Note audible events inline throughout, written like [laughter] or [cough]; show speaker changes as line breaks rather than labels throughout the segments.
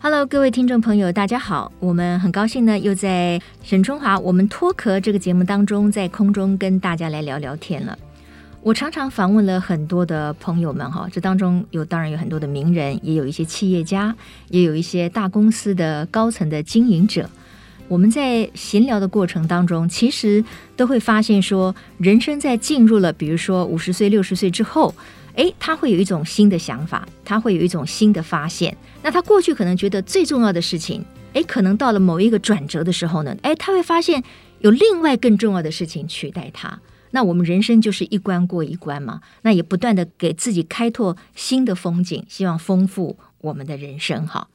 Hello，各位听众朋友，大家好！我们很高兴呢，又在沈春华我们脱壳这个节目当中，在空中跟大家来聊聊天了。我常常访问了很多的朋友们哈，这当中有当然有很多的名人，也有一些企业家，也有一些大公司的高层的经营者。我们在闲聊的过程当中，其实都会发现说，人生在进入了比如说五十岁、六十岁之后，诶，他会有一种新的想法，他会有一种新的发现。那他过去可能觉得最重要的事情，诶，可能到了某一个转折的时候呢，诶，他会发现有另外更重要的事情取代他。那我们人生就是一关过一关嘛，那也不断的给自己开拓新的风景，希望丰富我们的人生哈。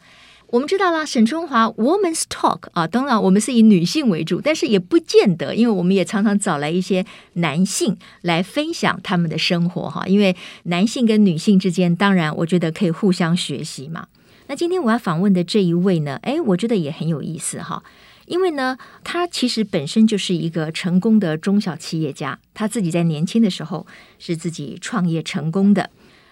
我们知道啦，沈春华 Woman's Talk 啊，当然我们是以女性为主，但是也不见得，因为我们也常常找来一些男性来分享他们的生活哈，因为男性跟女性之间，当然我觉得可以互相学习嘛。那今天我要访问的这一位呢，哎，我觉得也很有意思哈。因为呢，他其实本身就是一个成功的中小企业家，他自己在年轻的时候是自己创业成功的，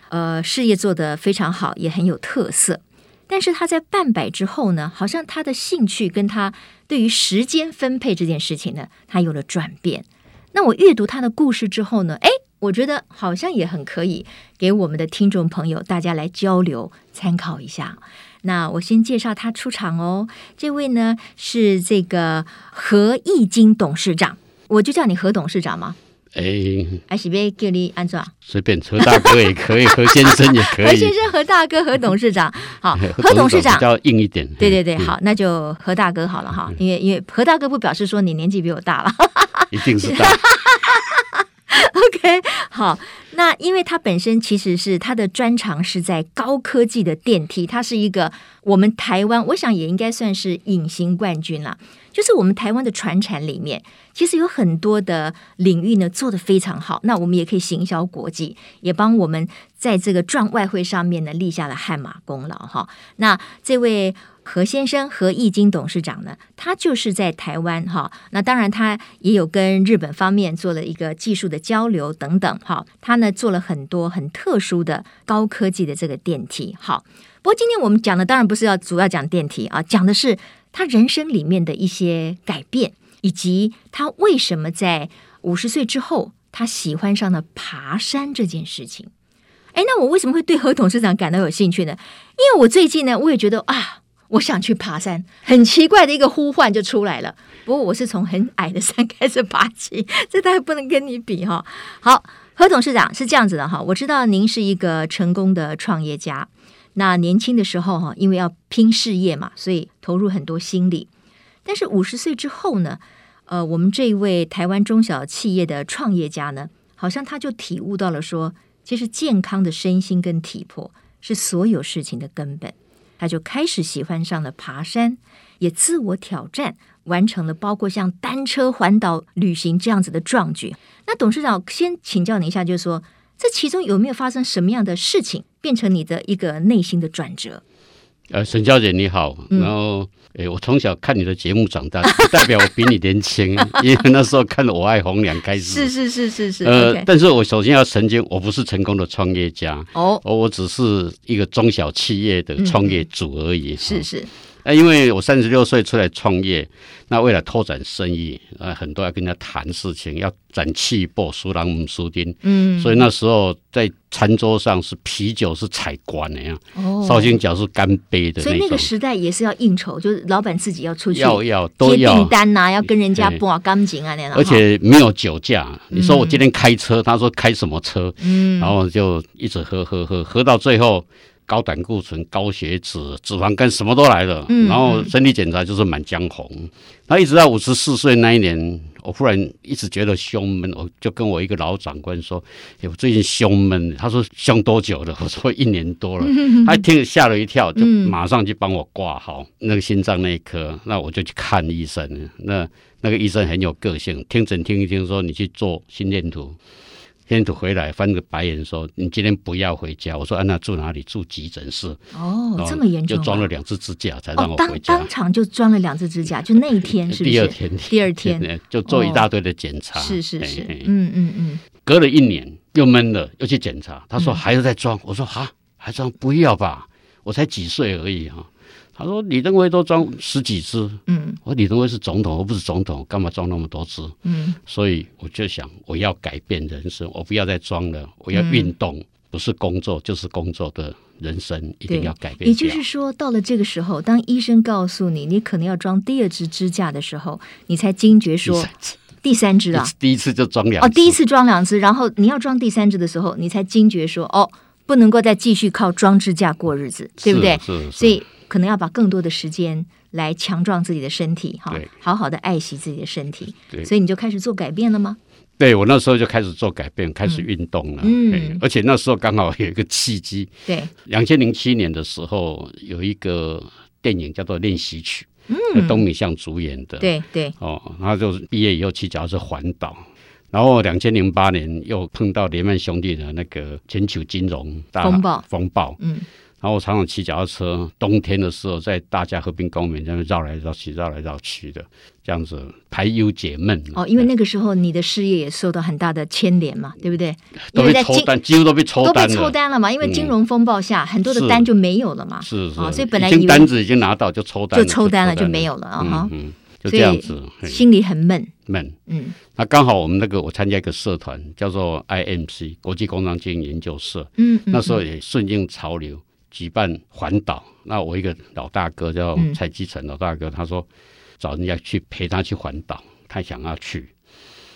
呃，事业做得非常好，也很有特色。但是他在半百之后呢，好像他的兴趣跟他对于时间分配这件事情呢，他有了转变。那我阅读他的故事之后呢，诶，我觉得好像也很可以给我们的听众朋友大家来交流参考一下。那我先介绍他出场哦，这位呢是这个何易经董事长，我就叫你何董事长嘛，
哎、
还是别叫你安怎？
随便何大哥也可以，何先生也可
何
以，
先生、何大哥、何董事长，好，哎何
总
董事长
比。较硬一点。
对对对，嗯好，那就何大哥好了哈，因为因为何大哥不表示说你年纪比我大了 [laughs]
一定是大。
，OK，好，那因为他本身其实是他的专长是在高科技的电梯，他是一个我们台湾，我想也应该算是隐形冠军啦，就是我们台湾的传产里面，其实有很多的领域呢做得非常好，那我们也可以行销国际，也帮我们在这个赚外汇上面呢立下了汗马功劳哈。那这位何先生何易经董事长呢，他就是在台湾哈，那当然他也有跟日本方面做了一个技术的交流等等哈，他呢做了很多很特殊的高科技的这个电梯好。不过今天我们讲的当然不是要主要讲电梯啊，讲的是他人生里面的一些改变，以及他为什么在五十岁之后他喜欢上了爬山这件事情。哎，那我为什么会对何董事长感到有兴趣呢？因为我最近呢，我也觉得啊，我想去爬山，很奇怪的一个呼唤就出来了。不过我是从很矮的山开始爬起，这当然不能跟你比哈、好，何董事长是这样子的哈，我知道您是一个成功的创业家，那年轻的时候哈，因为要拼事业嘛，所以投入很多心力。但是五十岁之后呢，呃，我们这一位台湾中小企业的创业家呢，好像他就体悟到了说，其实健康的身心跟体魄是所有事情的根本。他就开始喜欢上了爬山，也自我挑战，完成了包括像单车环岛旅行这样子的壮举。那董事长先请教你一下，就是说这其中有没有发生什么样的事情，变成你的一个内心的转折？
呃，沈小姐你好，
嗯
然后哎、我从小看你的节目长大，不代表我比你年轻，因为那时候看了《我爱红娘》开始。
是是是是
呃
OK
但是我首先要澄清，我不是成功的创业家，
哦，
我我只是一个中小企业的创业主而已。
嗯是是，
那因为我三十六岁出来创业，那为了拓展生意，呃，很多要跟人家谈事情，要展气魄，输人唔输丁，
嗯，
所以那时候在餐桌上是啤酒是采棺的呀，
哦
绍兴酒是干杯的
所以那
种
个，时代也是要应酬，就是老板自己要出去
要要都
接
要
订，单呐、要跟人家
对
播钢琴啊那样。
而且没有酒驾。你说我今天开车，他说开什么车，
嗯
然后就一直喝喝喝，喝到最后。高胆固醇、高血脂、脂肪肝什么都来了，
嗯
然后身体检查就是满江红。那一直到五十四岁那一年，我忽然一直觉得胸闷，我就跟我一个老长官说：“哎我最近胸闷。”他说：“胸多久了？”我说：“一年多了。
[laughs]
他一听吓了一跳，就马上去帮我挂号、那个心脏内科。那我就去看医生。那那个医生很有个性，听诊听一听说你去做心电图。心电图回来翻个白眼说：“你今天不要回家。”我说：“安、娜住哪里？住急诊室。
哦
然，后
这么严重、
就
啊，
装了两只支架才让
哦
我，回
当
家。
当场就装了两只指甲，就那一天是不是？
[laughs] 第二天，
第二天哦
对 [laughs] 就做一大堆的检查，
是是是
嘿嘿，
嗯嗯嗯，
隔了一年又闷了，又去检查，他说还要再装，我说哈，还装不要吧，我才几岁而已哈、啊他说李登辉都装十几只，
嗯
我说李登辉是总统，我不是总统，干嘛装那么多只？
嗯
所以我就想，我要改变人生，我不要再装了，我要运动，
嗯
不是工作就是工作的人生，一定要改变
也
掉。
就是说，到了这个时候，当医生告诉你你可能要装第二只支架的时候，你才惊觉
[laughs]
说第三只啊，
第一次就装两
哦，第一
次
次装两只，然后你要装第三只的时候，你才惊觉说哦，不能够再继续靠装支架过日子，对不对？
是是
所以可能要把更多的时间来强壮自己的身体，哈
对，
好好的爱惜自己的身体。
对
所以你就开始做改变了吗？
对我那时候就开始做改变，开始运动了。
嗯
嘿而且那时候刚好有一个契机，
对，
两千零七年的时候有一个电影叫做《练习曲》，嗯，东敏相主演的。
对，对，
哦，他就是毕业以后骑脚踏车环岛，然后两千零八年又碰到雷曼兄弟的那个全球金融大
风暴
风暴，
嗯
然后我常常骑脚踏车，冬天的时候在大家和平公园这边绕来绕去、绕来绕去的，这样子排忧解闷。
哦，因为那个时候你的事业也受到很大的牵连嘛，对不对？因
都
为
被
在
抽
金
单，几乎都被抽
都被
单了。嗯
抽单了嘛，因为金融风暴下、很多的
是
单就没有了嘛，
是是，
哦所以本来
已
以为
经单子已经拿到就抽单
就
了，
抽单了就没
有。
有了啊哈
嗯、嗯，就这样子，嘿
心里很闷，
闷。
嗯
那刚好我们那个我参加一个社团叫做 IMC 国际工商经营研究社，
嗯嗯，
那时候
嗯
也顺应潮流举办环岛。那我一个老大哥叫
嗯
蔡基成老大哥，他说找人家去陪他去环岛，他想要去，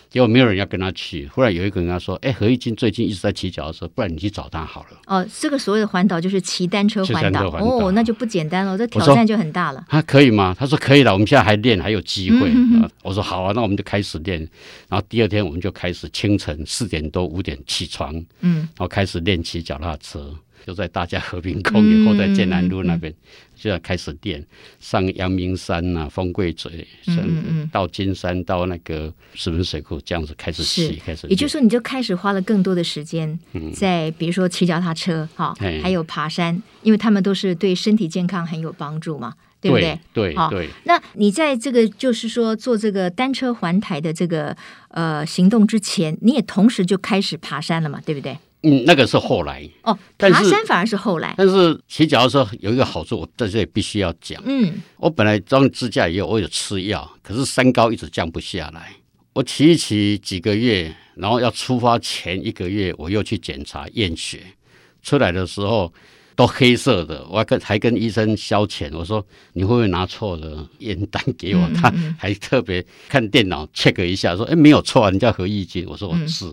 结果没有人要跟他去。忽然有一个人跟他说：“哎，何一金最近一直在骑脚踏车，不然你去找他好了。
哦，这个所谓的环岛就是骑单车
骑单
环岛，
车环岛
哦，那就不简单了，这挑
说
战就很大了”。
他可以吗？他说可以了，我们现在还练，还有机会。
嗯
啊我说好啊，那我们就开始练。然后第二天我们就开始清晨四点多五点起床，
嗯
然后开始练骑脚踏车，就在大家和平公园
嗯
后在建南路那边，就要开始练，上阳明山呐、风柜嘴，
嗯
上
嗯嗯
到金山，到那个石门水库，这样子开始
是
骑，开始练，
也就是说，你就开始花了更多的时间在比如说骑脚踏车哈，
嗯嘿
还有爬山，因为他们都是对身体健康很有帮助嘛，对不对？
对
好
对
那你在这个就是说做这个单车环台的这个呃行动之前，你也同时就开始爬山了嘛，对不对？
嗯，那个是后来，
哦，
但是
爬山反而是后来，
但是骑脚踏车有一个好处，我在这里必须要讲。
嗯
我本来装支架也有，我有吃药，可是三高一直降不下来。我骑一骑几个月，然后要出发前一个月，我又去检查验血，出来的时候都黑色的。我还跟还跟医生消遣，我说你会不会拿错了验单给我？
嗯嗯
他还特别看电脑 check 一下，说哎没有错啊，你叫何义金。我说
嗯
我是，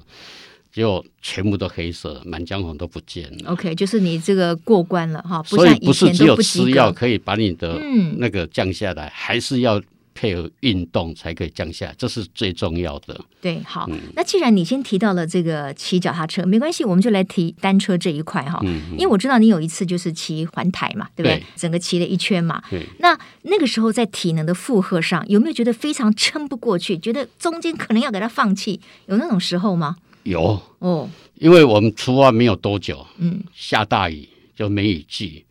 结果全部都黑色，满江红都不见了。
，OK，就是你这个过关了哈，
所以
像
不
以
是
前
只
都
有
不及
吃药
格。
可以把你的
嗯
那个降下来，还是要配合运动才可以降下来，这是最重要的。
对，好，
嗯
那既然你先提到了这个骑脚踏车，没关系，我们就来提单车这一块哈，因为我知道你有一次就是骑环台嘛，对不对？
嗯对
整个骑了一圈嘛
对，
那那个时候在体能的负荷上，有没有觉得非常撑不过去？觉得中间可能要给它放弃，有那种时候吗？
有，
哦，
因为我们出发没有多久，
嗯，
下大雨就梅雨季，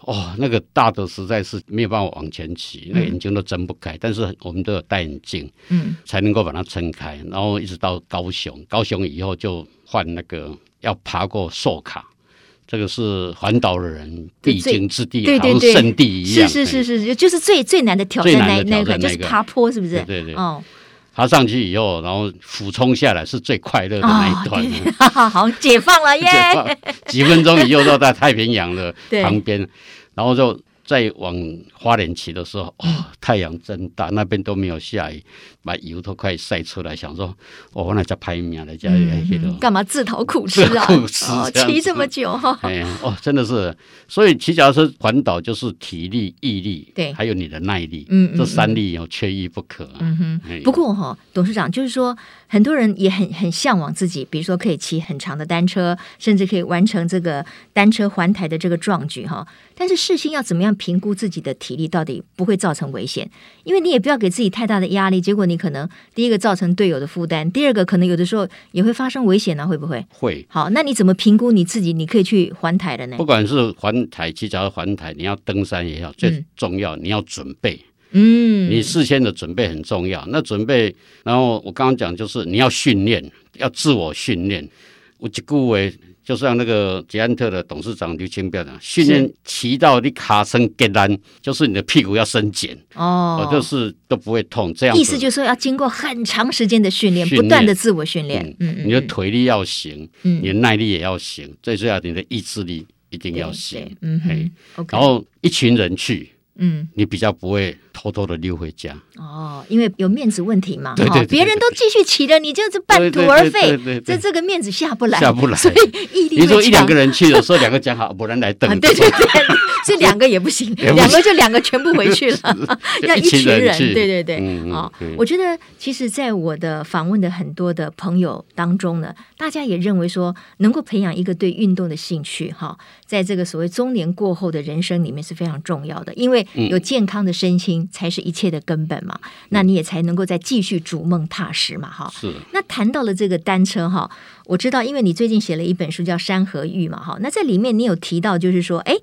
哦，那个大的实在是没有办法往前骑，那个眼睛都睁不开。但是我们都有戴眼镜，
嗯，
才能够把它撑开。然后一直到高雄，高雄以后就换那个要爬过寿卡。这个是环岛的人
对
必经之地，
对对
好像
对
圣地一
是
样。
是
哎
是是，就就是最最难的挑战
最
那那一
难的挑
块，
战
就是
那个
爬坡，是不是？
对对对
哦，
爬上去以后，然后俯冲下来是最快乐的那一段。
哈哈， [laughs] 好，解放了耶！
[laughs] 解放几分钟以后到达太平洋的
[laughs] 对
旁边，然后就再往花莲骑的时候，哦，太阳真大，那边都没有下雨，把油都快晒出来，想说，哦，我那叫拍命来家
嗯
里那个。
干嘛自讨苦吃啊？
哎 [laughs] 自讨苦吃
哦，
这样
骑
子
这么久哈。
[laughs]
[laughs]
哎呀，哦，真的是，所以骑脚踏车环岛就是体力、毅力，
对
还有你的耐力，
嗯嗯
这三力有缺一不可、啊。
嗯哼，
哎
不过哈、董事长就是说，很多人也很很向往自己，比如说可以骑很长的单车，甚至可以完成这个单车环台的这个壮举哈、但是事先要怎么样评估自己的体力到底不会造成危险？因为你也不要给自己太大的压力，结果你可能第一个造成队友的负担，第二个可能有的时候也会发生危险呢、啊会不会？
会，
好，那你怎么评估你自己？你可以去环台的呢
不？管是环台、骑脚踏环台，你要登山也好，最
嗯
重要、你要准备。
嗯，
你事先的准备很重要。那准备，然后我刚刚讲就是你要训练，要自我训练。有一句话，就像那个捷安特的董事长刘清标讲，训练骑到你卡身给烂，就是你的屁股要伸茧，
哦
哦，，就是都不会痛，这样
意
子
思就是说要经过很长时间的训练，
训
不
练
断的自我训练
嗯。
嗯
你的腿力要行，
嗯
你的耐力也要行，最重要你的意志力一定要行
对。嗯
嘿
哼，OK。
然后一群人去，
嗯
你比较不会偷偷的溜回家，
哦，因为有面子问题嘛，
对对
哈
对对
别人都继续骑了，你就是半途
对对
而
对
废
对对，
这
对
这个面子下不来，
下不来 [laughs]
所以 [laughs] 毅力
你说
会
一两
强
个人去的时候，两个讲好，不然来瞪
啊，[laughs]
你。
对对对，所以两个也不行，
[laughs] 也不行
两个就两个全部回去
[laughs]
了，[laughs]
就
要一
一群
群
人
人，
去
对对对，
嗯嗯
哦
对，
我觉得其实，在我的访问的很多的朋友当中呢，大家也认为说，能够培养一个对运动的兴趣，哈、在这个所谓中年过后的人生里面是非常重要的，因为
嗯
有健康的身心才是一切的根本嘛，那你也才能够再继续逐梦踏实嘛，哈、
是
那谈到了这个单车哈，我知道，因为你最近写了一本书叫《山河域》嘛，哈，那在里面你有提到，就是说，哎。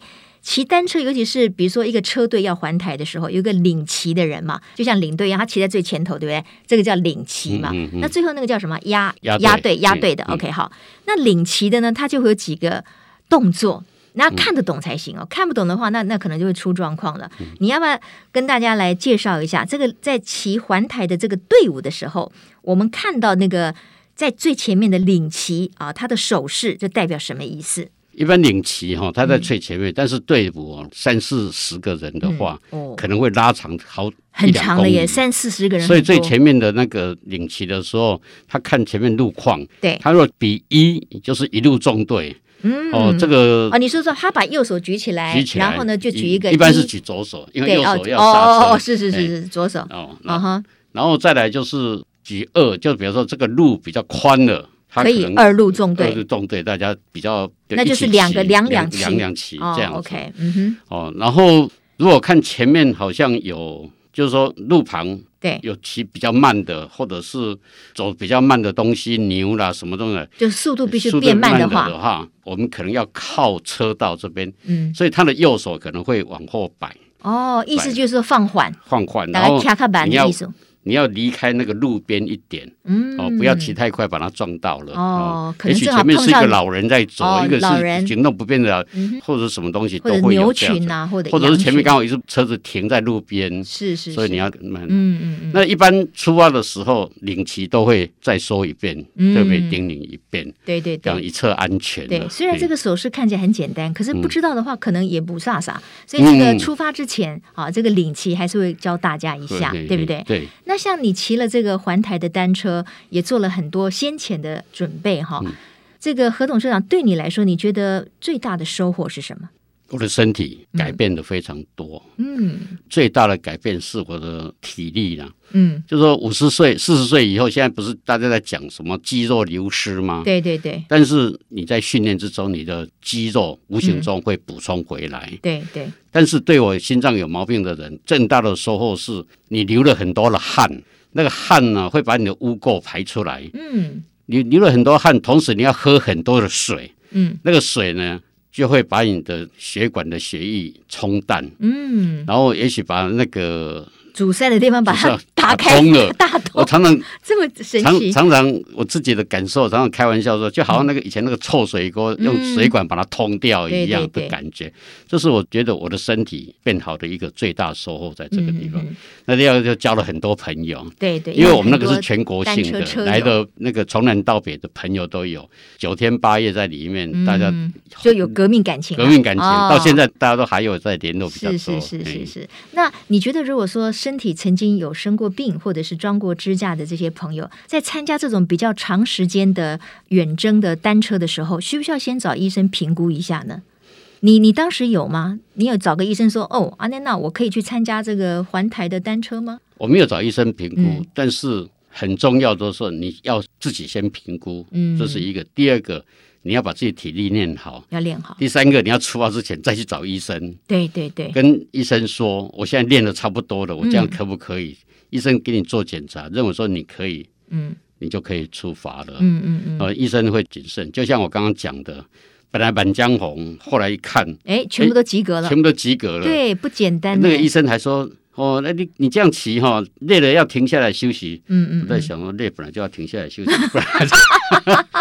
骑单车，尤其是比如说一个车队要环台的时候，有一个领骑的人嘛，就像领队一样，他骑在最前头，对不对？这个叫领骑嘛。
嗯嗯嗯
那最后那个叫什么？压
压队
压队压队的。
嗯嗯
OK，好。那领骑的呢，他就会有几个动作，那
嗯
看得懂才行哦。看不懂的话，那那可能就会出状况了。你要不要跟大家来介绍一下这个在骑环台的这个队伍的时候，我们看到那个在最前面的领旗啊，它的手势就代表什么意思？
一般领骑哈，他在最
嗯
前面，但是队伍哦三四十个人的话，
哦，
可能会拉长好
很
一两
长
公
的
里
耶，三四十个人很多，
所以最前面的那个领骑的时候，他看前面路况，
对，
他若比一就是一路纵队、
嗯，
哦，这个
哦，你说说他把右手举起来，
举起来，
然后呢就举一个
一般是举左手，因为
对
右
哦
手要
哦
刹
哦
车
哦，是是是是左手，
哦，
啊
那
哈，
然后再来就是举二，就比如说这个路比较宽了，他
可以
能
二路纵
二
队
是纵队，大家比较
那就是
一起
两个
骑
两两
两
骑
两两骑
哦
这样子。
，OK，嗯哼，
哦，然后如果看前面好像有，就是说路旁
对，
有骑比较慢的，或者是走比较慢的东西，牛啦什么东西，
就是速度必须
速度
变慢
的哦
话，
我们可能要靠车道这边，
嗯，
所以他的右手可能会往后摆
哦，意思就是说放缓，
放缓，
大
然
概
后
卡卡板
你
的
要
意思，
你要离开那个路边一点。
嗯，
哦，不要骑太快，把它撞到了。
哦可能
也许
正好
前面是一
碰到
个
你
老人在走，
哦
一个
老人
是行动不便的，
嗯哼
或者什么东西
或
都
者
会有
牛
这样子
群啊，或者
或者是前面刚
好
好一是车子停在路边，
是是，
所以
是
你要慢。
嗯嗯嗯，
那一般出发的时候，领旗都会再说一遍，
嗯
特别叮咛一遍，
对对
这样
对。
一侧安全啊了。
对，虽然这
个
个手势看起来很简单，可是不知道的话，可能也不飒飒。所以
嗯
这个出发之前啊，这个领骑还是会教大家一下，对不对？
对，
那像你骑了这个环台的单车，也做了很多先前的准备哈。
嗯
这个何董事长，对你来说，你觉得最大的收获是什么？
我的身体改变的非常多，
嗯
最大的改变是我的体力啦。
嗯，
就说五十岁、四十岁以后，现在不是大家在讲什么肌肉流失吗？
对对对
但是你在训练之中，你的肌肉无形中会补充回来。
对对，
但是对我心脏有毛病的人，正大的收获是你流了很多的汗，那个汗呢会把你的污垢排出来。
嗯
你流了很多汗，同时你要喝很多的水，
嗯
那个水呢就会把你的血管的血液冲淡，
嗯，
然后也许把
[laughs]
那个
阻塞的地方把它
就是
打
打
开，
通了
大
我
通，
常常
这么神
常
奇。
常常我自己的感受，常常开玩笑说，就好像那个以前那个臭水沟、
嗯
用水管把它通掉一样
对对
的
对
感觉，这是我觉得我的身体变好的一个最大收获在这个地方。
嗯嗯嗯
那第二个就交了很多朋友，
对对，
因为我们那个
很
是
多
全国
单
性
车车
的，
友
来的那个从南到北的朋友都有，九天八夜在里面，大家
嗯就有革命感情了，
革命感情，
哦
到现在大家都还有在联络比较
是
多。
是是是
哎
是。那你觉得，如果说身体曾经有生过病或者是装过支架的这些朋友，在参加这种比较长时间的远征的单车的时候，需不需要先找医生评估一下呢？你你当时有吗？你有找个医生说，哦，阿娜娜，我可以去参加这个环台的单车吗？
我没有找医生评估，
嗯
但是很重要的是你要自己先评估，
嗯
这是一个。第二个，你要把自己体力练好。
要练好，
第三个，你要出发之前再去找医生，
对对对，
跟医生说，我现在练的差不多了，我这样可不可以？医生给你做检查，认为说你可以，
嗯
你就可以出发了。
嗯嗯嗯，
呃，医生会谨慎，就像我刚刚讲的，本来满江红，后来一看，
哎，全部都及格了
全，部都及格了。
对，不简单呢，
那个医生还说：“哦，哦，那你你这样骑哈、累了要停下来休息。
嗯嗯
我在
嗯，
想说，累本来就要停下来休息，不然
[laughs]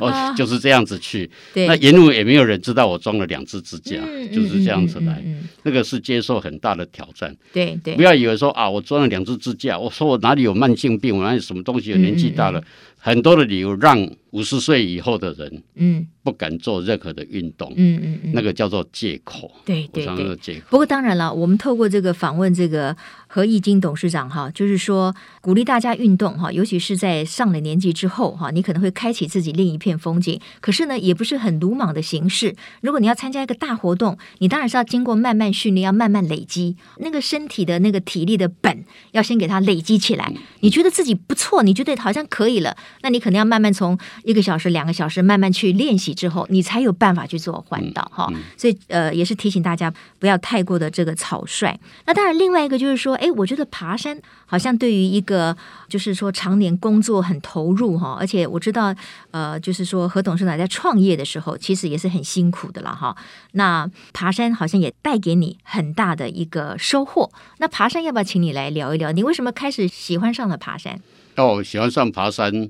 哦就是这样子去。
啊对，
那沿路也没有人知道我装了两只指甲，
嗯
就是这样子来。
嗯嗯嗯嗯
那个是接受很大的挑战，
对对，
不要以为说啊，我装了两只支架，我说我哪里有慢性病，我哪里什么东西，有年纪大了，
嗯
很多的理由让五十岁以后的人
嗯
不敢做任何的运动，
嗯嗯嗯，
那个叫做借口。
对
我
对
常常
对
说。借口。
不过当然了，我们透过这个访问这个何义金董事长哈，就是说鼓励大家运动哈，尤其是在上了年纪之后哈，你可能会开启自己另一片风景。可是呢，也不是很鲁莽的形式。如果你要参加一个大活动，你当然是要经过慢慢训练，要慢慢累积那个身体的那个体力的本，要先给它累积起来。你觉得自己不错，你觉得好像可以了，那你可能要慢慢从一个小时、两个小时慢慢去练习之后，你才有办法去做环岛哈。所以呃，也是提醒大家不要太过的这个草率。那当然，另外一个就是说，哎，我觉得爬山好像对于一个就是说常年工作很投入哈，而且我知道呃，就是说何董事长在创业的时候，其实也是很辛苦的了哈。那爬山好像也带给你很大的一个收获。那爬山要不要请你来聊一聊？你为什么开始喜欢上了爬山？
哦，喜欢上爬山，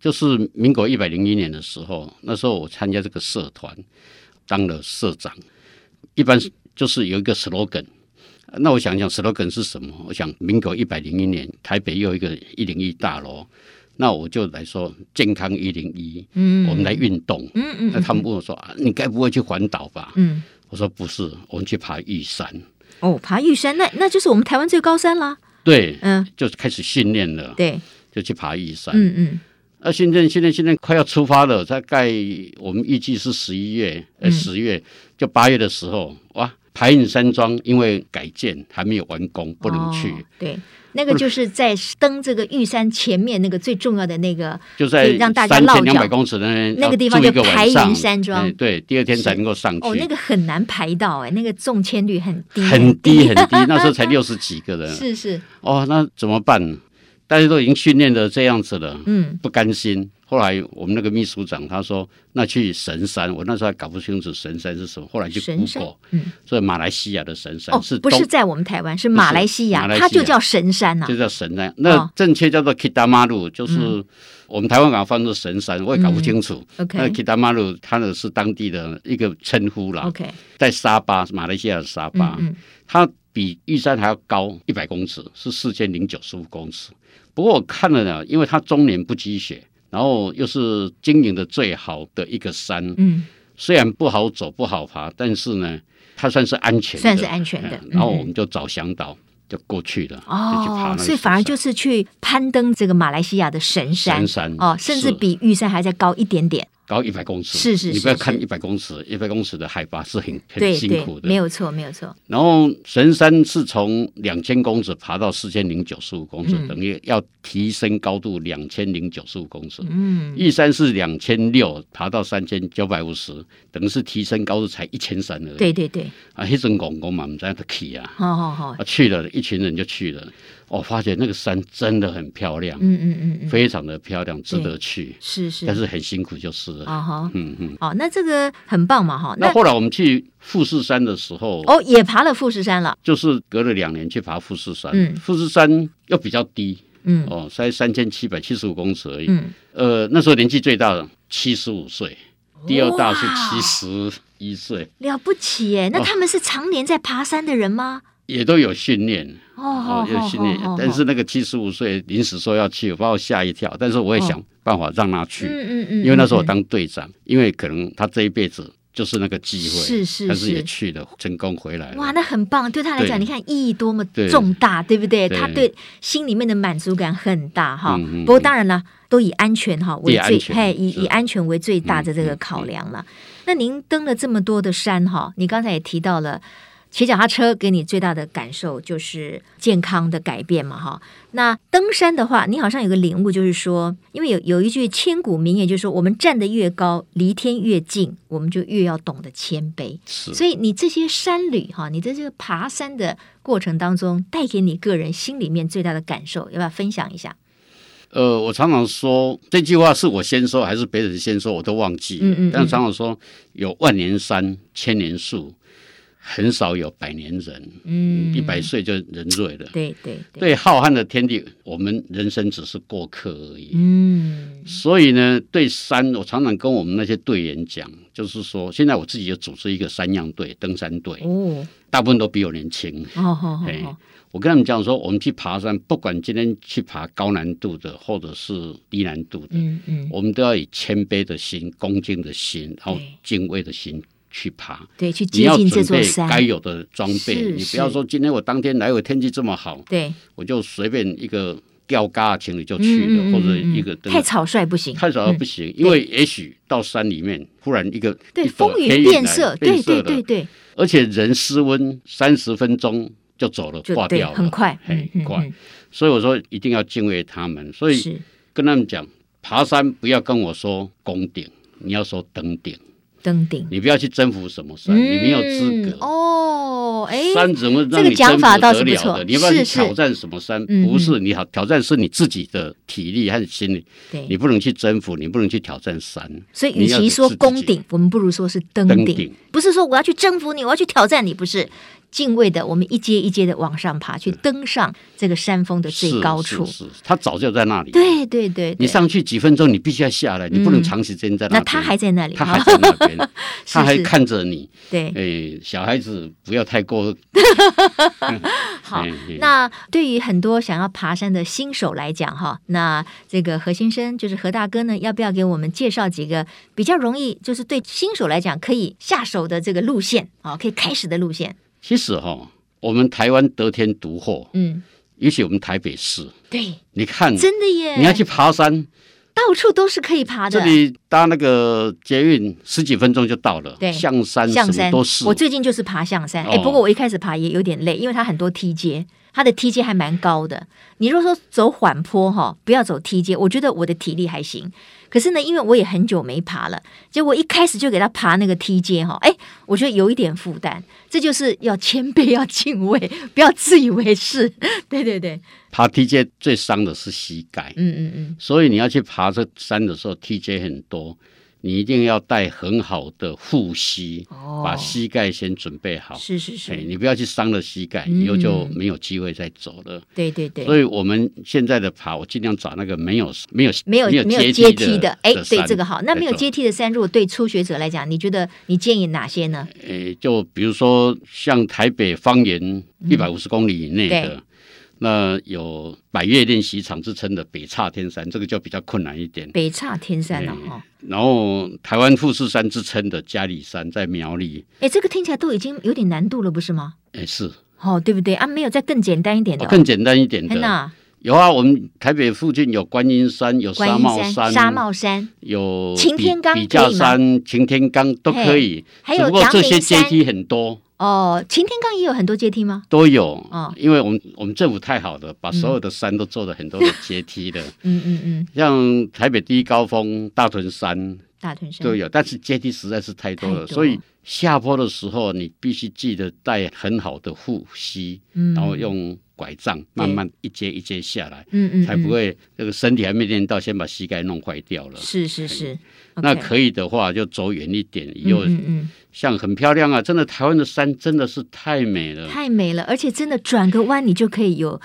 就是民国一百零一年的时候，那时候我参加这个社团，当了社长。一般就是有一个 slogan，那我想想 slogan 是什么？我想民国一百零一年，台北又有一个一零一大楼，那我就来说健康一零一，
嗯
我们来运动。
嗯嗯
那他们问我说啊，你该不会去环岛吧？
嗯，
我说不是，我们去爬玉山。
哦，爬玉山，那那就是我们台湾最高山啦。
对，
嗯，
就是开始训练了，
对，
就去爬玉山。
嗯嗯
那现在现在现在快要出发了，大概我们预计是十一月，
嗯
呃，十月就八月的时候，哇，排印山庄因为改建还没有完工，不能去，
哦对，那个就是在登这个玉山前面那个最重要的那个，
就
可
在
以让大家
三千
落
两百
脚
公尺那边
那个
要
地方
住一
叫
个晚
排云
上
山庄
哎对，第二天
是
才能够上去，
哦，那个很难排到哎，那个中签率很低，
很低很
[laughs]
低，那时候才六十几个人，
是是，
哦，那怎么办？大家都已经训练的这样子了，
嗯
不甘心。后来我们那个秘书长他说，那去神山，我那时候还搞不清楚神山是什么，后来去
神山
Google，
嗯，
所以马来西亚的神山、
哦
是，
不
东，
是啊在我们台湾，是马来西亚
马，来西
它
亚
就叫神山呐
就。叫神山，那
哦
正确叫做 Kitamaru，就是我们台湾港翻作神山，我也搞不清楚。那
嗯 OK
Kitamaru 它的是当地的一个称呼啦，
OK，
在沙巴，马来西亚的沙
嗯
巴，
嗯，
它比玉山还要高一百公尺，是四千零九十五公尺。不过我看了呢，因为它终年不积雪，然后又是经营的最好的一个山，
嗯，
虽然不好走不好爬，但是呢，它算是安全的，
算是安全的
嗯。
嗯
然后我
嗯
们就找向导就过去了，就去爬那
哦，
个
所以反而
神
就
山
是去攀登这个马来西亚的神山
神山
哦，甚至
是
比玉山还再高一点点。
高一百公尺，
是是
你不要
是
看
是
一百公尺，一百公尺的海拔是很很
对
辛
对
苦，的，
没有错，没有错。
然后神山是从两千公尺爬到四千零九十五公尺，
嗯
等于要提升高度两千零九十五公尺。
嗯，
玉山是两千六，爬到三千九百五十，等于是提升高度才一千三而已。
对对对，
啊，黑阵拱拱嘛，我们在那去啊，
好好好，
啊去了，一群人就去了。哦，发觉那个山真的很漂亮，
嗯嗯嗯嗯，
非常的漂亮，值得去，
是是
但，是很辛苦就是了。
啊哈，
嗯嗯。
哦，那这个很棒嘛哈，
那
那
后来我们去富士山的时候，
哦也爬了富士山了，
就是隔了两年去爬富士山，
嗯
富士山又比较低
嗯
哦，才三千七百七十五公尺而已。
嗯，
呃，那时候年纪最大的七十五岁，第二大是七
哇
十一岁，
了不起
哦
耶！那他们是常年在爬山的人吗？
也都有训练
哦哦
有训练。但是那个七十五岁临时说要去，把我吓一跳，但是我也想办法让他去，
哦嗯嗯嗯，
因为那时候我
嗯
当队长，因为可能他这一辈子就是那个机会，
是是
但是也
是
去了，成功回来了。
哇，那很棒！对他来讲，
对
你看意义多么
对
重大，对不对？
对
他对心里面的满足感很大哈。
嗯嗯
不过当然了，都以安全哈为
以安
最，
全
嘿，以
是嗯
以安全为最大的这个考量了。那您登了这么多的山哈，你刚才也提到了。骑脚踏车给你最大的感受就是健康的改变嘛，哈。那登山的话，你好像有个领悟，就是说，因为有有一句千古名言，就是说，我们站得越高，离天越近，我们就越要懂得谦卑。
是
所以你这些山旅哈，你在这个爬山的过程当中，带给你个人心里面最大的感受，要不要分享一下？
呃，我常常说这句话是我先说还是别人先说，我都忘记了。
嗯嗯嗯
但常常说有万年山、千年树，很少有百年人，
嗯，
一百岁就人瑞了。
对对，
对浩瀚的天地，我们人生只是过客而已。
嗯
所以呢，对山，我常常跟我们那些队员讲，就是说，现在我自己有组织一个山样队、登山队，
哦
大部分都比我年轻。
哦好好
哎
好，
我跟他们讲说，我们去爬山，不管今天去爬高难度的，或者是低难度的，
嗯嗯，
我们都要以谦卑的心、恭敬的心，然后
对
敬畏的心去爬。
对，去
你
接
要
近这
准
座
备
山
该，有的装
是
备，你
是
不要说今天我当天来，我天气这么好，
对，
我就随便一个吊嘎的情侣就去了，
嗯嗯嗯
或者
嗯
一个
太草率不行，嗯
太少了不行，因为也许到山里面忽然一个
对，
一朵
风云
黑云
变
来
色，
变
对对
了
对对，
而且人失温三十分钟就走了，
就
挂
对
掉，了，
很快，嗯
嘿
嗯
快
嗯，
所以我说一定要敬畏他们，所以
是
跟他们讲，爬山不要跟我说攻顶，你要说登顶，
登顶，
你不要去征服什么山，你没有资
嗯
格。
哦，哎，
山怎么
这
让
个
你
讲
征服
法倒
得
是不
了
错
的？你要不要去
是是
挑战什么山？
嗯
不是你好挑战是你自己的体力和心理，你
对，
不能去征服，你不能去挑战山。
所以
你
与
要
其
有
说
自己
攻顶，我们不如说是登
登
顶
顶，
不是说我要去征服你，我要去挑战你，不是。敬畏的，我们一阶一阶的往上爬，去登上这个山峰的最
是
高处。
是是，他早就在那里。
对对对，
你
对
上去几分钟，你必须要下来，你不能长时间在那
那
边。
他还在那里，
他
哈
还哎在那边，他
[laughs]
还
是
看着你。
对，
诶，小孩子不要太过。
[laughs] 好
嗯嗯。
那对于很多想要爬山的新手来讲，哈，那这个何先生就是何大哥呢，要不要给我们介绍几个比较容易，就是对新手来讲可以下手的这个路线啊，可以开始的路线？
其实哈，我们台湾得天独厚，
嗯，
尤其我们台北市，
对，
你看，
真的耶，
嗯你要去爬山，
到处都是可以爬
这
的。
里搭那个捷运十几分钟就到了
对，
象山什
象山
么都是
我。最近就是爬象山，哎、
哦
不过我一开始爬也有点累，因为它很多梯阶，它的梯阶还蛮高的。你如果说走缓坡哈，不要走梯阶，我觉得我的体力还行。可是呢，因为我也很久没爬了，结果一开始就给他爬那个梯阶哈，哎，我觉得有一点负担。这就是要谦卑，要敬畏，不要自以为是。 [laughs] 对对对，
爬梯阶最伤的是膝盖，
嗯嗯嗯，
所以你要去爬这山的时候，梯阶很多，你一定要带很好的护膝，
哦
把膝盖先准备好。
是是是
哎，，你不要去伤了膝盖，
嗯
以后就没有机会再走了。
对对对。
所以我们现在的爬，我尽量找那个没有没有
没有没有阶
阶
梯
的
的，哎，对
山
这个好。那没有
来做
阶梯的山，如果对初学者来讲，你觉得你建议哪些呢？
诶，就比如说像台北方圆
嗯
一百五十公里以内的，那有百越练习场之称的北岔天山，这个就比较困难一点。
北岔天山啊哦了、
哎
哈，
然后台湾富士山之称的嘉里山在苗栗，
哎，这个听起来都已经有点难度了，不是吗？
诶，是、
哦，对不对啊？没有再更简单一点的、
哦
哦。
更简单一点
哎
的。
那
有啊，我们台北附近有观音山，有
观
沙
音
帽
山、沙帽山，
有
擎
比
天岗
笔
可以吗
架山、擎天岗都可以，
还
只
有
不过
阳
这些
明
阶
山。
梯很多。
哦，擎天岗也有很多阶梯吗？
都有，
嗯
因为我们我们政府太好了，把所有的山都做了很多的阶梯的，
嗯嗯嗯，
像台北第一高峰大屯山
大屯山
都有，但是阶梯实在是太多了，
太多
所以下坡的时候你必须记得带很好的护膝，
嗯
然后用拐杖慢慢一阶一阶下来，
嗯嗯，
才
嗯。
不会这个身体还没练到，先把膝盖弄坏掉了。
是是是，
那
嗯 OK
可以的话，就走远一点，以后
嗯嗯嗯
像很漂亮啊！真的，台湾的山真的是太美了。
太美了，而且真的转个弯你就可以有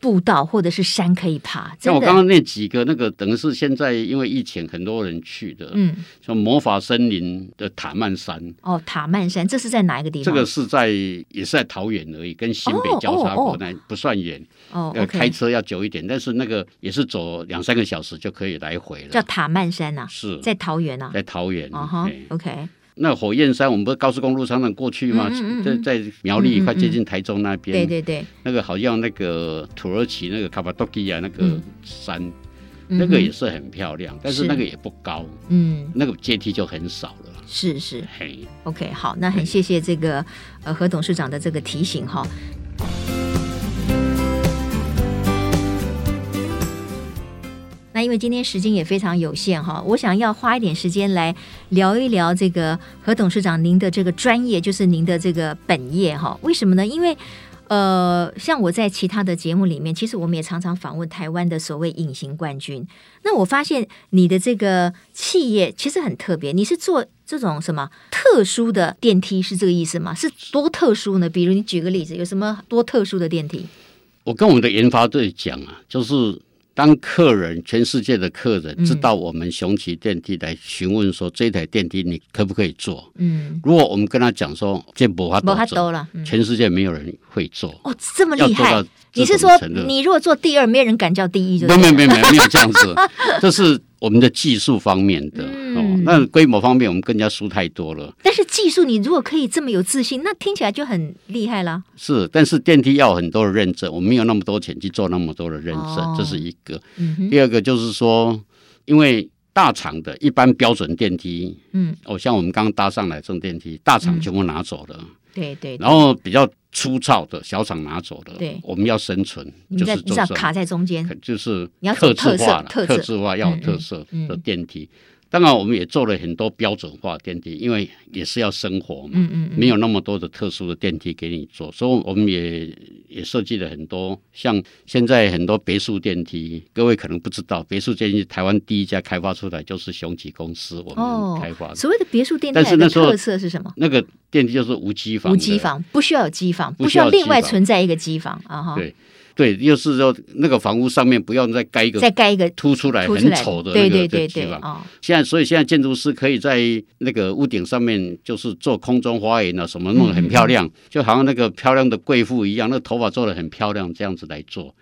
步道或者是山可以爬，真
像
的。
我刚刚那几个，那个等于是现在因为疫情很多人去的，
嗯，
像魔法森林的塔曼山，
哦，塔曼山这是在哪一个地方？
这个是在也是在桃园而已，跟新北
哦
交叉
哦
口
哦
那不算远，
哦
要呃开
，OK，
车要久一点，但是那个也是走两三个小时就可以来回
叫
了。
塔曼山呐，
是
在桃园啊。
在桃园，
啊哈
嘿
，OK，
那火焰山我们不是高速公路常常过去吗？
嗯嗯嗯
在
嗯
在苗栗
嗯嗯
快接
嗯
近台中那边，
对对对，
那个好像那个土耳其那个卡帕多基亚那个
嗯
山，
嗯
那个
哼
也是很漂亮，但是
是
那个也不高。
嗯，
那个阶梯就很少了。
是是
嘿，
，OK，好，那很谢谢这个呃何董事长的这个提醒哈。那因为今天时间也非常有限哈，我想要花一点时间来聊一聊这个何董事长您的这个专业，就是您的这个本业哈。为什么呢？因为呃，像我在其他的节目里面，其实我们也常常访问台湾的所谓隐形冠军。那我发现你的这个企业其实很特别，你是做这种什么特殊的电梯，是这个意思吗？是多特殊呢？比如你举个例子，有什么多特殊的电梯？
我跟我们的研发队讲啊，就是当客人全世界的客
嗯
人知道我们雄奇电梯来询问说、这台电梯你可不可以做？
嗯，
如果我们跟他讲说这不法
摩哈
做，
多了，嗯，
全世界没有人会做，
哦，这么
要
厉
做
害！
到这
你
种
是说
程度
你如果做第二，没人敢叫第一就
没
对
有
了，
没有没有没有没有这样子，这是我们的技术方面的、哦
嗯。
那规模方面我们更加输太多了，
但是技术你如果可以这么有自信，那听起来就很厉害啦。
是。但是电梯要很多的认证，我们没有那么多钱去做那么多的认证，
哦
这是一个。
嗯哼，
第二个就是说，因为大厂的一般标准电梯，
嗯，
哦，像我们刚刚搭上来这种电梯，大厂
嗯
全部拿走了，
对对，
然后比较粗糙的小厂拿走了。
对
我们要生存，
你
就
在
是
你
做
知道
这种
卡在中间
可，就是
嗯你要
客
走
制
特色
化了，
特
客
色
制化要有
嗯
特
嗯
色
嗯
的电梯。当然，我们也做了很多标准化电梯，因为也是要生活嘛，
嗯嗯嗯，
没有那么多的特殊的电梯给你做，所以我们也也设计了很多，像现在很多别墅电梯，各位可能不知道，别墅电梯台湾第一家开发出来就是雄起公司我
哦
们开发的，
所谓的别墅电
但是
梯的
那时候
特色是什么？
那个电梯就是无机房，
无机。房不需要有机房，
不
不
需
需
要
要另外
机房
存在一个机房啊哈，
对对，又是说那个房屋上面不要再盖一个
再盖一个
凸出来
凸出
很
来
丑的那
对
个
对
这
对
机
对
房，
啊，
现在，所以现在建筑师可以在那个屋顶上面，就是做空中花园啊，什么弄得很漂
嗯
亮，就好像那个漂亮的贵妇一样，那头发做的很漂亮，这样子来做，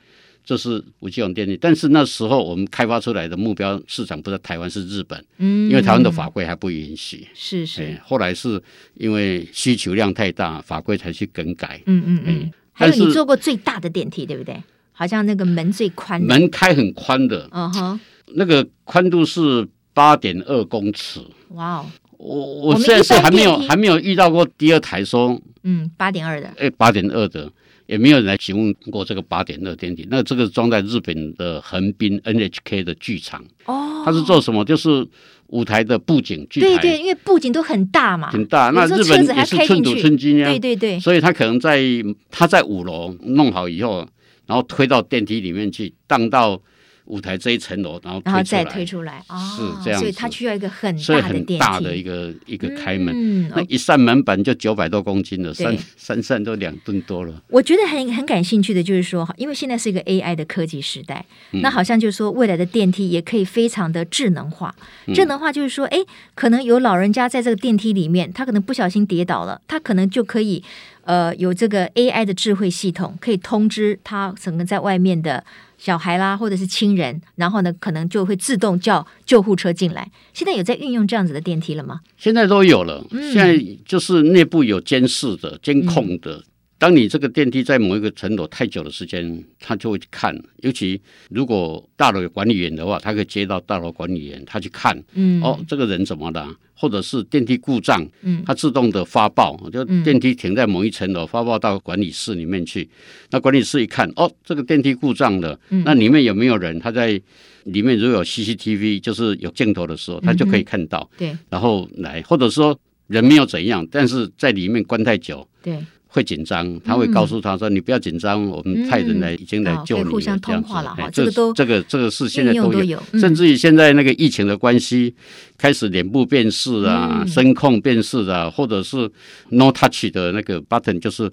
这是无机网电力。但是那时候我们开发出来的目标市场不是台湾，是日本，
嗯，
因为台湾的法规还不允许。
是是
哎，后来是因为需求量太大，法规才去更改。
嗯嗯嗯
哎，
还有
但是
你坐过最大的电梯对不对？好像那个门最宽的，
门开很宽的，
嗯哼，
那个宽度是八点二公尺。
哇哦，
我
我
我
们
虽然
一
是
般
还没有
电梯
还没有遇到过第二台说
嗯，八点二的，
哎，八点二的，也没有人来询问过这个八点二电梯。那这个装在日本的横滨 NHK 的剧场，
哦，
它是做什么？就是舞台的布景剧
对
台
对，因为布景都很大嘛，
很大，那
有时候
日本
车子
也
还
是
开
寸
进
土
去
寸金呀、
对对对，
所以他可能在他在五楼弄好以后，然后推到电梯里面去，荡到舞台这一层楼，然后
然后
推出
再
来，
推出来啊，
是这样
所以
子
它需要一个很
所以
大的
很
电
大
梯，
的一个一个开门。
嗯
那一扇门板就九百多公斤了，
对
三三扇都两吨多了。
我觉得很很感兴趣的就是说，因为现在是一个 AI 的科技时代，
嗯
那好像就是说未来的电梯也可以非常的智能化。
嗯
智能化就是说，哎，可能有老人家在这个电梯里面，他可能不小心跌倒了，他可能就可以呃有这个 AI 的智慧系统，可以通知他整个在外面的小孩啦，或者是亲人，然后呢，可能就会自动叫救护车进来。现在有在运用这样子的电梯了吗？
现在都有了，
嗯
现在就是内部有监视的、监控
嗯
的。当你这个电梯在某一个层楼太久的时间，他就会去看。尤其如果大楼有管理员的话，他可以接到大楼管理员，他去看、
嗯，
哦，这个人怎么了，或者是电梯故障，
嗯
它自动的发报，就
嗯
电梯停在某一层楼，发报到管理室里面去。那管理室一看，哦，这个电梯故障了，
嗯
那里面有没有人？他在里面如果有 CCTV，就是有镜头的时候，他就可以
嗯
看到。
对
然后来，或者说人没有怎样，但是在里面关太久
对，
会紧张，他会告诉他说：“你不要紧张，我们派人来已经来
哦
救
可
你
以
了。
互相
这样子
通话了哈
哎
这个都
这个这个是现在
运用
都
都
有。
有，嗯
甚至于现在那个疫情的关系，开始脸部辨识啊、
嗯
声控辨识啊，或者是 no touch 的那个 button，就是、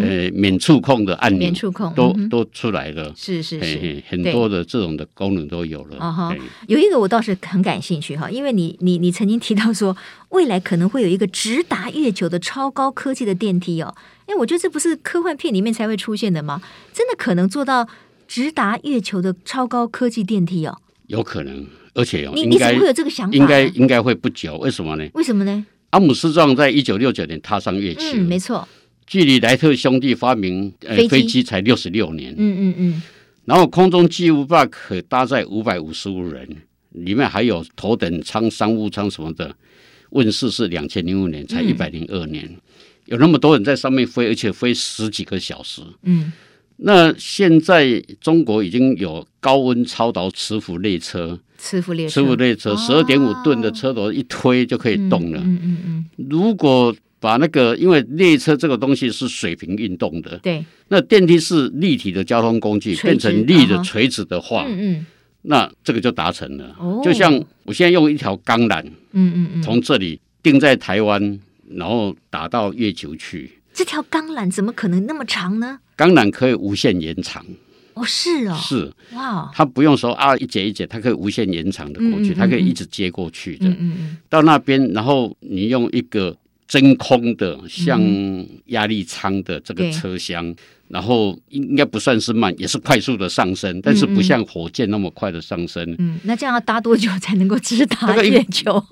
呃免触控的按钮
嗯免，触控
都、
嗯哼
都出来了。
是是
嘿
是。
嘿，很
对
多的这种的功能都有了。哎
啊哈
嘿
有一个我倒是很感兴趣哈，因为你你你曾经提到说，未来可能会有一个直达月球的超高科技的电梯哦。哎，我觉得这不是科幻片里面才会出现的吗？真的可能做到直达月球的超高科技电梯哦？
有可能，而且哦
你
应
你怎
该
么会有这个想法呢？啊
应该应该会不久。为什么呢？
为什么呢？
阿姆斯壮在一九六九年踏上月球，
嗯，没错，
距离莱特兄弟发明、呃、
飞机
飞机才六十六年。
嗯嗯嗯，
然后空中机务坝可搭载五百五十五人，里面还有头等舱、商务舱什么的。问世是两千零五年，
嗯
才一百零二年，有那么多人在上面飞，而且飞十几个小时。
嗯，
那现在中国已经有高温超导磁浮列车，
磁浮列车，
磁浮列车
哦
十二点五吨的车头一推就可以动了。
嗯嗯嗯
如果把那个，因为列车这个东西是水平运动的，
对，
那电梯是立体的交通工具，
垂
变
直
成立
啊
的
哈
垂直的话，
嗯
那这个就达成了。
哦
就像我现在用一条钢缆
嗯嗯嗯嗯，
从这里定在台湾，然后打到月球去，
这条钢缆怎么可能那么长呢？
钢缆可以无限延长，
哦，是哦，
是
哇哦，
它不用说啊一节一节，它可以无限延长的过
嗯嗯
去，
嗯
它可以
嗯
一直接过去的。
嗯嗯嗯，
到那边，然后你用一个真空的像压力舱的这个
对
车厢，然后应该不算是慢，也是快速的上升，但是
嗯嗯
不像火箭那么快的上升，
嗯，那这样要搭多久才能够直达
大概一
月
[laughs]
球？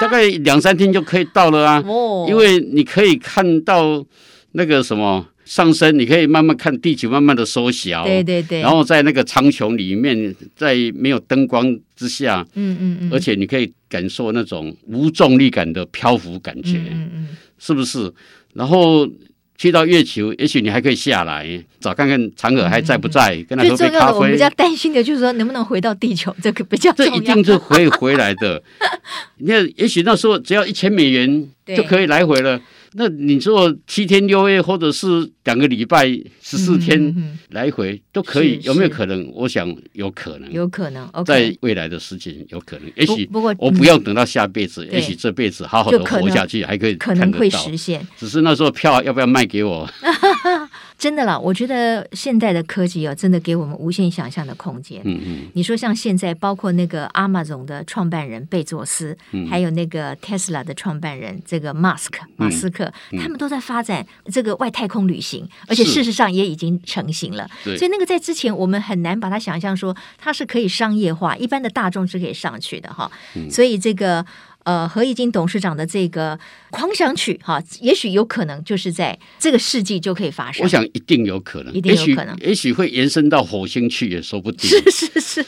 大概两三天就可以到了啊。
哦
因为你可以看到那个什么上升，你可以慢慢看地球慢慢的缩小，
对对对，
哦然后在那个苍穹里面，在没有灯光之下，
嗯嗯嗯，
而且你可以感受那种无重力感的漂浮感觉。
嗯嗯嗯，
是不是？然后去到月球，也许你还可以下来找看看嫦娥还在不在，跟他
嗯最
喝杯
重要
咖
的，我们
啡
比。较担心的就是说，能不能回到地球， [laughs] 这个比较重
这
要。
一定是会回来
[laughs]
的。你看，也许那时候只要一千美元
对
就可以来回了。那你做七天六夜，或者是两个礼拜十四
嗯
天
嗯
来回都可以，
是
有没有
是
可能？我想有可
嗯
能，
有可能。
在
OK，
未来的事情有可能。也
不
许
不过
我不要等到下辈子，
对
也许这辈子好好的
就可能
活下去，还可以
可
看
能
得
会
到。
实现。
只是那时候票要不要卖给我？
真的啦，我觉得现代的科技啊，真的给我们无限想象的空间。
嗯嗯。
你说像现在，包括那个 Amazon 的创办人贝佐斯，
嗯
还有那个 Tesla 的创办人这个 Musk 马斯克，他们都在发展这个外太空旅行，而且
嗯是
事实上也已经成型了。
对
所以那个在之前我们很难把它想象说它是可以商业化，一般的大众是可以上去的哈。
嗯
所以这个。呃，何义金董事长的这个狂想曲哈，也许有可能就是在这个世纪就可以发生。
我想一定有可能，
一定有可能
也许也许会延伸到火星去也说不定。
[laughs] 是是是，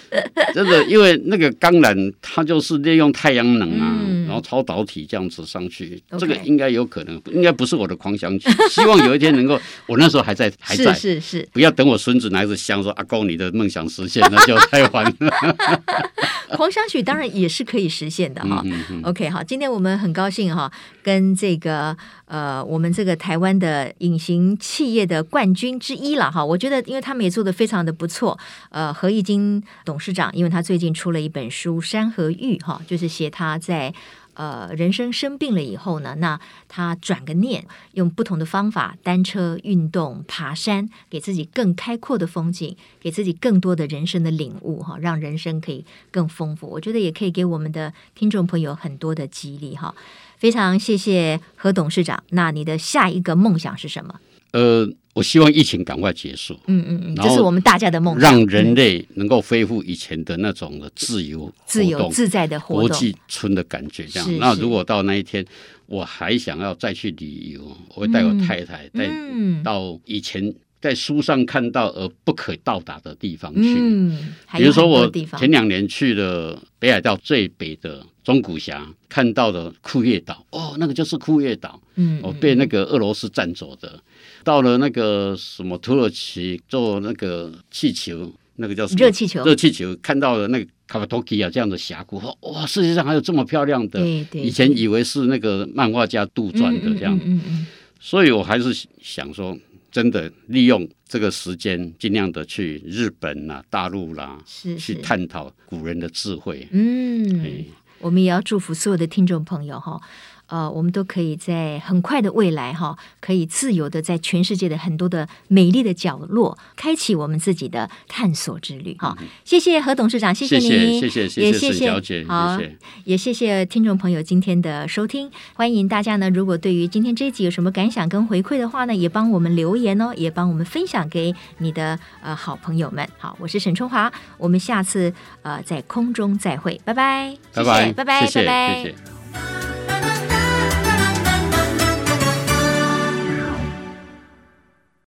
真的，因为那个钢缆它就是利用太阳能啊，
嗯
然后超导体这样子上去
OK
这个应该有可能，应该不是我的狂想曲。 [laughs] 希望有一天能够，我那时候还在还
是
在。
是是。
不要等我孙子拿着香说：“阿公，你的梦想实现，那就太晚了。 [laughs]
[laughs] 狂想曲当然也是可以实现的哈。
嗯嗯
OK，好，今天我们很高兴哈，跟这个呃，我们这个台湾的隐形企业的冠军之一了哈，我觉得因为他们也做的非常的不错。呃，何义金董事长，因为他最近出了一本书《山河玉》哈，就是写他在。呃，人生生病了以后呢，那他转个念，用不同的方法，单车、运动、爬山，给自己更开阔的风景，给自己更多的人生的领悟哈，让人生可以更丰富。我觉得也可以给我们的听众朋友很多的激励哈。非常谢谢何董事长。那你的下一个梦想是什么？
呃，我希望疫情赶快结束，
嗯嗯嗯，
然后
这是我们大家的梦想，
让人类能够恢复以前的那种的自由
自
活
由
动
自在的活
国
动。
际村的感觉这
是
样。那
是
如果到那一天，我还想要再去旅游，我会带我太太带
嗯
到以前在书上看到而不可到达的地方去。
嗯，还
比
有
如
很
说，
多
我
地方
前两年去了北海道最北的中古峡，看到的库页岛，哦，那个就是库页岛，
嗯，
哦，
嗯
被那个俄罗斯占走的。到了那个什么土耳其做那个气球，那个叫什么
热气球
热气球看到了那个卡帕多基亚这样的峡谷，哇哇，世界上还有这么漂亮的。
对对，
以前以为是那个漫画家杜撰的这样，
嗯嗯嗯嗯
所以我还是想说，真的利用这个时间，尽量的去日本啦、大陆啦，
是是
去探讨古人的智慧。
嗯
哎，
我们也要祝福所有的听众朋友哈。呃，我们都可以在很快的未来哈，可以自由的在全世界的很多的美丽的角落，开启我们自己的探索之旅哈。谢谢何董事长，谢
谢
你，
嗯谢谢
也谢
谢沈
谢
小姐，
好
谢谢。
也谢谢听众朋友今天的收听，欢迎大家呢，如果对于今天这一集有什么感想跟回馈的话呢，也帮我们留言哦，也帮我们分享给你的呃好朋友们。好，我是沈春华，我们下次呃在空中再会，拜拜，谢谢
拜拜，
拜拜，
谢
拜
谢，
拜
谢谢。